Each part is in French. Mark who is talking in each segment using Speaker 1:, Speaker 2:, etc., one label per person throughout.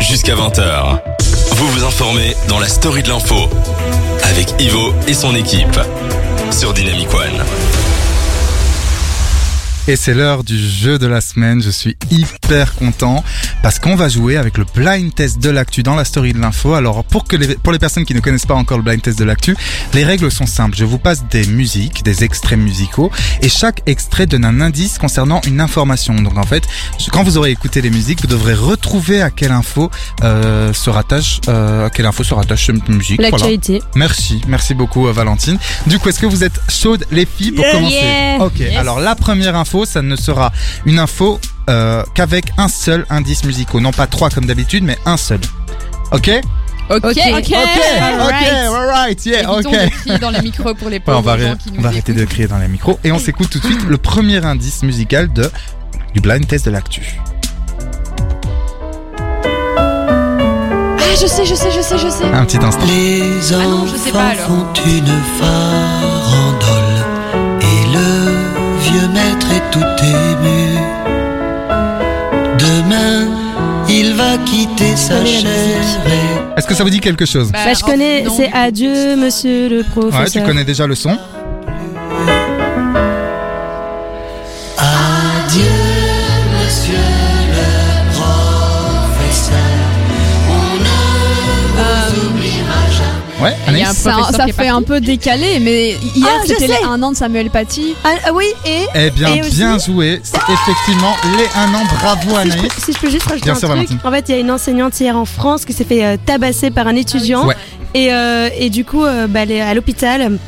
Speaker 1: jusqu'à 20h. Vous vous informez dans la story de l'info avec Ivo et son équipe sur Dynamic One.
Speaker 2: Et c'est l'heure du jeu de la semaine. Je suis hyper content parce qu'on va jouer avec le blind test de l'actu dans la story de l'info. Alors pour que les, pour les personnes qui ne connaissent pas encore le blind test de l'actu, les règles sont simples. Je vous passe des musiques, des extraits musicaux et chaque extrait donne un indice concernant une information. Donc en fait, je- quand vous aurez écouté les musiques, vous devrez retrouver à quelle info euh, se rattache euh, à quelle info se rattache cette musique. Voilà.
Speaker 3: L'actualité.
Speaker 2: Merci, merci beaucoup euh, Valentine. Du coup, est-ce que vous êtes chaudes les filles pour
Speaker 4: Euh,
Speaker 3: Yeah.
Speaker 2: commencer
Speaker 3: Yeah.
Speaker 2: Ok,
Speaker 3: Yes.
Speaker 2: alors la première info, ça ne sera une info euh, qu'avec un seul indice musical. Non pas trois comme d'habitude, mais un seul. Ok
Speaker 4: Ok, ok,
Speaker 3: Ok.
Speaker 2: Ok,
Speaker 3: alright.
Speaker 2: ok, alright, yeah,
Speaker 4: Évitons
Speaker 2: ok.
Speaker 4: de crier dans les micros pour les
Speaker 2: Ouais,
Speaker 4: pauvres
Speaker 2: on va, arrê-
Speaker 4: gens qui nous
Speaker 2: on va arrêter de
Speaker 4: écoutent.
Speaker 2: crier dans les micros et on s'écoute tout de suite le premier indice musical de du blind test de l'actu.
Speaker 4: Ah, je sais, je sais, je sais, je sais.
Speaker 2: Un petit instant.
Speaker 5: Les
Speaker 4: Ah non,
Speaker 5: enfants
Speaker 4: je sais pas, alors.
Speaker 5: font une farandole et le vieux maître est tout ému. Demain, il va quitter sa
Speaker 3: connais la
Speaker 5: chaire. et-
Speaker 2: Est-ce que ça vous dit quelque chose
Speaker 4: Bah,
Speaker 3: Bah, je
Speaker 4: en-
Speaker 3: connais,
Speaker 4: non,
Speaker 3: c'est
Speaker 4: du coup.
Speaker 3: Adieu, monsieur le professeur.
Speaker 2: Ouais, tu connais déjà le son.
Speaker 5: Adieu, monsieur le professeur. On ne vous oubliera jamais.
Speaker 2: Ouais,
Speaker 4: Il y a
Speaker 2: Anaïs
Speaker 4: un
Speaker 6: Ça,
Speaker 4: professeur
Speaker 6: ça
Speaker 4: qui est
Speaker 6: fait
Speaker 4: parti.
Speaker 6: un peu décalé, mais hier
Speaker 3: Ah, je
Speaker 6: c'était
Speaker 3: sais.
Speaker 6: les un an de Samuel Paty.
Speaker 3: Ah, ah oui, et
Speaker 2: Eh bien,
Speaker 3: Et aussi-
Speaker 2: bien joué. C'est effectivement les 1 an. Bravo
Speaker 3: si je,
Speaker 2: Anaïs.
Speaker 3: peux, si je peux juste rajouter
Speaker 2: Bien
Speaker 3: un
Speaker 2: sûr,
Speaker 3: truc.
Speaker 2: Valentine.
Speaker 3: En fait, il y a une enseignante hier en France qui s'est fait euh, tabasser par un étudiant.
Speaker 2: Ah Ouais.
Speaker 3: et, euh, et du coup, euh, bah, elle est à l'hôpital.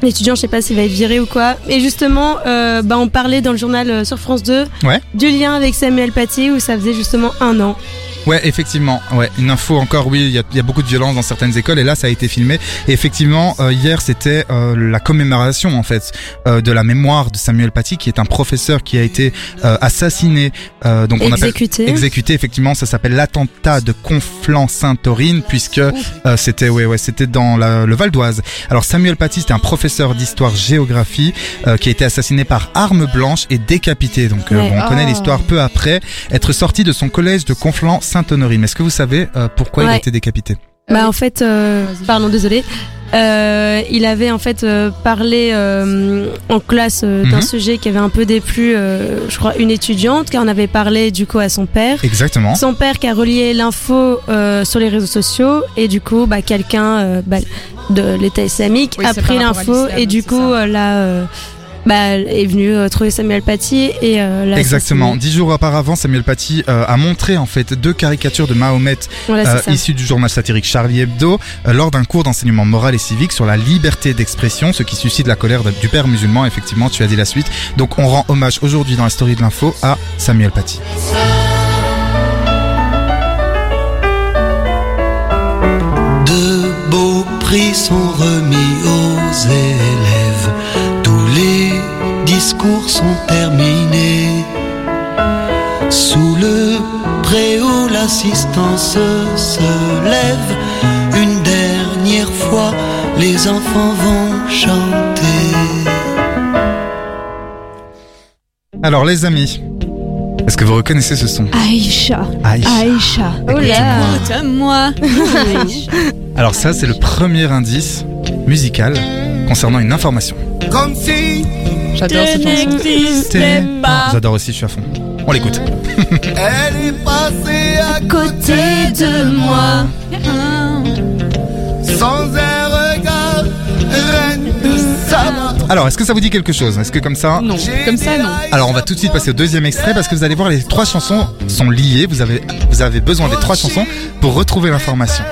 Speaker 3: L'étudiant, je sais pas s'il va être viré ou quoi. Et justement, euh, bah, on parlait dans le journal euh, sur France 2
Speaker 2: Ouais.
Speaker 3: du lien avec Samuel Paty où ça faisait justement un an.
Speaker 2: Ouais, effectivement. Ouais, une info encore. Oui, il y a, il y a beaucoup de violence dans certaines écoles et là, ça a été filmé. Et effectivement, euh, hier, c'était euh, la commémoration en fait euh, de la mémoire de Samuel Paty, qui est un professeur qui a été euh, assassiné. Euh, donc on appelle
Speaker 3: Exécuté.
Speaker 2: exécuté. Effectivement, ça s'appelle l'attentat de Conflans-Sainte-Taurine puisque euh, c'était ouais ouais c'était dans la- le Val d'Oise. Alors Samuel Paty, c'était un professeur d'histoire-géographie euh, qui a été assassiné par arme blanche et décapité. Donc euh,
Speaker 3: Ouais. Oh.
Speaker 2: bon, on connaît
Speaker 6: Ah.
Speaker 2: l'histoire peu après être sorti de son collège de Conflans-Sainte-Honorine. Est-ce que vous savez euh, pourquoi il a
Speaker 3: Ouais.
Speaker 2: été décapité
Speaker 4: Ah
Speaker 3: Bah en fait, euh,
Speaker 6: Vas-y.
Speaker 3: pardon, désolé. Euh, il avait en fait euh, parlé euh, en classe euh, d'un
Speaker 2: Mhm.
Speaker 3: sujet qui avait un peu déplu, euh, je crois, une étudiante, car on avait parlé du coup à son père.
Speaker 2: Exactement.
Speaker 3: Son père qui a relié l'info euh, sur les réseaux sociaux et du coup bah, quelqu'un euh, bah, de l'État islamique
Speaker 4: Oui,
Speaker 3: a
Speaker 4: c'est
Speaker 3: pris
Speaker 4: par rapport à
Speaker 3: l'info
Speaker 4: l'islam,
Speaker 3: et du
Speaker 4: c'est
Speaker 3: coup
Speaker 4: ça.
Speaker 3: euh, là euh, bah, est venu euh, trouver Samuel Paty et euh, l'a
Speaker 2: Exactement.
Speaker 3: assassiné.
Speaker 2: Dix jours auparavant, Samuel Paty euh, a montré en fait deux caricatures de Mahomet
Speaker 3: Voilà, Ah, c'est
Speaker 2: euh,
Speaker 3: ça.
Speaker 2: issu du journal satirique Charlie Hebdo euh, lors d'un cours d'enseignement moral et civique sur la liberté d'expression, ce qui suscite la colère de- du père musulman. Effectivement, tu as dit la suite. Donc, on rend hommage aujourd'hui dans la story de l'info à Samuel Paty.
Speaker 5: De beaux prix sont remis aux élèves, tous les discours sont terminés. Sous le préau, l'assistance se lève, une dernière fois, les enfants vont chanter.
Speaker 2: Alors, les amis, est-ce que vous reconnaissez ce son
Speaker 6: Aïcha,
Speaker 2: Aïe.
Speaker 6: Aïcha.
Speaker 2: Oh là.
Speaker 6: Écoute-moi.
Speaker 2: Alors ça, c'est le premier indice musical concernant une information.
Speaker 5: Comme si
Speaker 4: J'adore cette chanson.
Speaker 2: J'adore aussi, je suis à fond. On l'écoute.
Speaker 5: elle est passée à
Speaker 3: Côté de moi.
Speaker 5: sans un regard, reine de sabre.
Speaker 2: Alors, est-ce que ça vous dit quelque chose Est-ce que comme ça...
Speaker 4: Non, comme ça, non.
Speaker 2: Alors on va tout de suite passer au deuxième extrait parce que vous allez voir les trois chansons sont liées, vous avez, vous avez besoin des trois chansons pour retrouver l'information.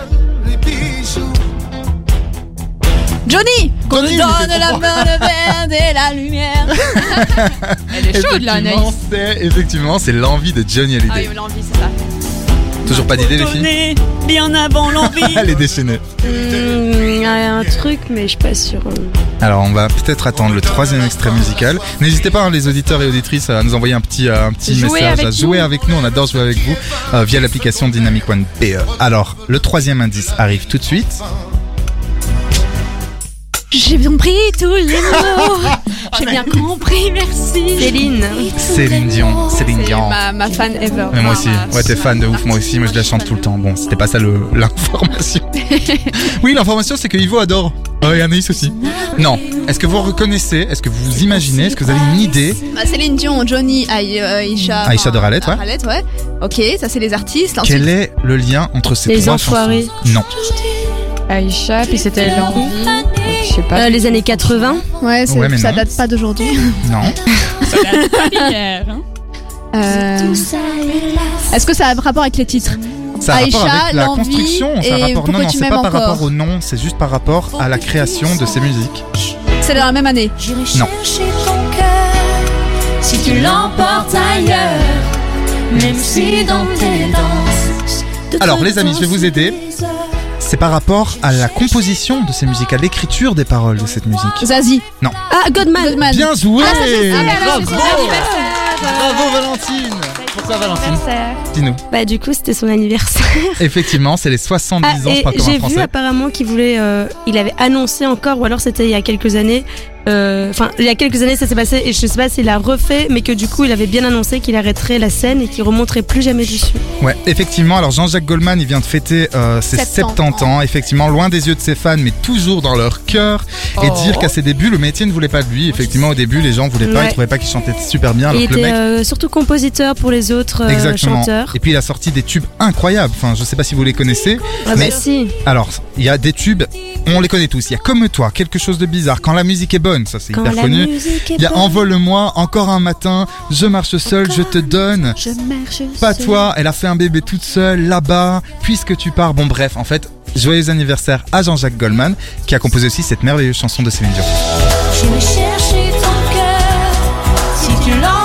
Speaker 6: Johnny, qu'on
Speaker 2: Johnny,
Speaker 6: nous
Speaker 2: mais c'est
Speaker 6: donne la
Speaker 2: trop
Speaker 6: main, le verre et la lumière.
Speaker 4: Elle est chaude, là,
Speaker 2: Effectivement,
Speaker 4: Anaïs.
Speaker 2: c'est- Effectivement, c'est l'envie de Johnny
Speaker 6: Ah
Speaker 2: Hallyday.
Speaker 6: oui, l'envie, c'est ça.
Speaker 2: Toujours pas d'idée les filles
Speaker 6: bien avant l'envie.
Speaker 2: Elle est déchaînée.
Speaker 3: Mmh, un truc, mais je suis pas sûre.
Speaker 2: Alors on va peut-être attendre le troisième extrait musical. N'hésitez pas hein, les auditeurs et auditrices à nous envoyer un petit, euh, un petit
Speaker 4: Jouez
Speaker 2: message,
Speaker 4: avec
Speaker 2: à jouer avec nous, on adore jouer avec vous euh, via l'application Dynamic One PE. Alors le troisième indice arrive tout de suite.
Speaker 6: J'ai bien pris tous les mots. J'ai bien compris, merci.
Speaker 3: Céline.
Speaker 2: Céline Dion. Céline
Speaker 6: C'est
Speaker 2: Dion.
Speaker 6: ma, ma fan ever.
Speaker 2: Mais moi aussi,
Speaker 7: Ah, bah,
Speaker 6: Enfin, ma-
Speaker 2: ouais, t'es fan de ouf, moi aussi, mais je la chante tout le temps. Bon, c'était pas ça le- l'information. oui, l'information, c'est que Ivo adore. Ah, et Anaïs aussi. Non. Est-ce que vous reconnaissez, est-ce que vous imaginez, est-ce que vous avez une idée
Speaker 7: Bah, Céline Dion, Johnny, Aï- euh, Aïcha.
Speaker 2: Aïcha
Speaker 7: enfin,
Speaker 2: de Ralette, ouais.
Speaker 7: Ralette, ouais. Ok, ça c'est les artistes. Ensuite,
Speaker 2: Quel est le lien entre ces
Speaker 3: Les
Speaker 2: trois
Speaker 3: Enfoirés.
Speaker 2: chansons Non.
Speaker 4: Aïcha, puis c'était l'envie. Je sais pas.
Speaker 3: Euh, les années 80.
Speaker 7: ouais, c'est-
Speaker 2: Ouais, mais
Speaker 7: ça
Speaker 2: non.
Speaker 7: date pas d'aujourd'hui.
Speaker 2: Non.
Speaker 6: Hier, hein.
Speaker 7: Euh, Est-ce que ça a un rapport avec les titres
Speaker 2: Ça a
Speaker 7: Aïcha,
Speaker 2: rapport avec la
Speaker 7: l'envie
Speaker 2: construction, ça a
Speaker 7: et
Speaker 2: rapport. Non,
Speaker 7: Pourquoi
Speaker 2: non,
Speaker 7: tu
Speaker 2: c'est pas
Speaker 7: m'aimes
Speaker 2: par
Speaker 7: encore
Speaker 2: rapport au nom, c'est juste par rapport à la création de ces musiques.
Speaker 7: C'est dans la même année.
Speaker 2: Non.
Speaker 8: Si tu l'emportes ailleurs, même si dans tes danses.
Speaker 2: Alors, les amis, je vais vous aider. C'est par rapport à la composition de ces musiques, à l'écriture des paroles de cette musique.
Speaker 7: Zazie.
Speaker 3: Ah, Godman.
Speaker 7: Goldman. Ah,
Speaker 2: Bien joué
Speaker 7: Bravo.
Speaker 2: Bravo Valentine Pourquoi Valentine Dis-nous.
Speaker 3: Bah, du coup, c'était son anniversaire.
Speaker 2: Effectivement, c'est les 70
Speaker 3: Ah,
Speaker 2: ans, je
Speaker 3: et
Speaker 2: crois, comme
Speaker 3: j'ai
Speaker 2: en
Speaker 3: vu
Speaker 2: français.
Speaker 3: apparemment qu'il voulait. euh, il avait annoncé encore, ou alors c'était il y a quelques années. euh, Enfin, il y a quelques années, ça s'est passé, et je sais pas s'il a refait, mais que du coup, il avait bien annoncé qu'il arrêterait la scène et qu'il remonterait plus jamais dessus.
Speaker 2: Ouais, effectivement. Alors Jean-Jacques Goldman, il vient de fêter euh, ses
Speaker 7: 70
Speaker 2: 70 ans. Effectivement, loin des yeux de ses fans, mais toujours dans leur cœur.
Speaker 3: Oh.
Speaker 2: Et dire qu'à ses débuts, le métier ne voulait pas de lui. Effectivement, au début, les gens voulaient pas,
Speaker 3: Ouais.
Speaker 2: ils trouvaient pas qu'il chantait super bien. Alors
Speaker 3: il
Speaker 2: que Ah, le
Speaker 3: était
Speaker 2: mec,
Speaker 3: euh, surtout compositeur pour les autres euh,
Speaker 2: exactement.
Speaker 3: chanteurs.
Speaker 2: Et puis il a sorti des tubes incroyables. Enfin, je sais pas si vous les connaissez.
Speaker 3: Ah, bah
Speaker 2: Mais-
Speaker 3: si.
Speaker 2: Alors, il y a des tubes, on les connaît tous. Il y a Comme toi, quelque chose de bizarre. Quand la musique est bonne, ça c'est
Speaker 3: Quand
Speaker 2: hyper
Speaker 3: la
Speaker 2: connu.
Speaker 3: musique est
Speaker 2: Il y a
Speaker 3: bonne.
Speaker 2: Envole-moi, encore un matin, je marche seul, je te donne.
Speaker 4: Je marche.
Speaker 2: Pas toi, elle a fait un bébé toute seule là-bas, puisque tu pars. Bon, bref, en fait, joyeux anniversaire à Jean-Jacques Goldman, qui a composé aussi cette merveilleuse chanson de Céline Dion.
Speaker 8: J'irai chercher ton cœur, si tu l'emportes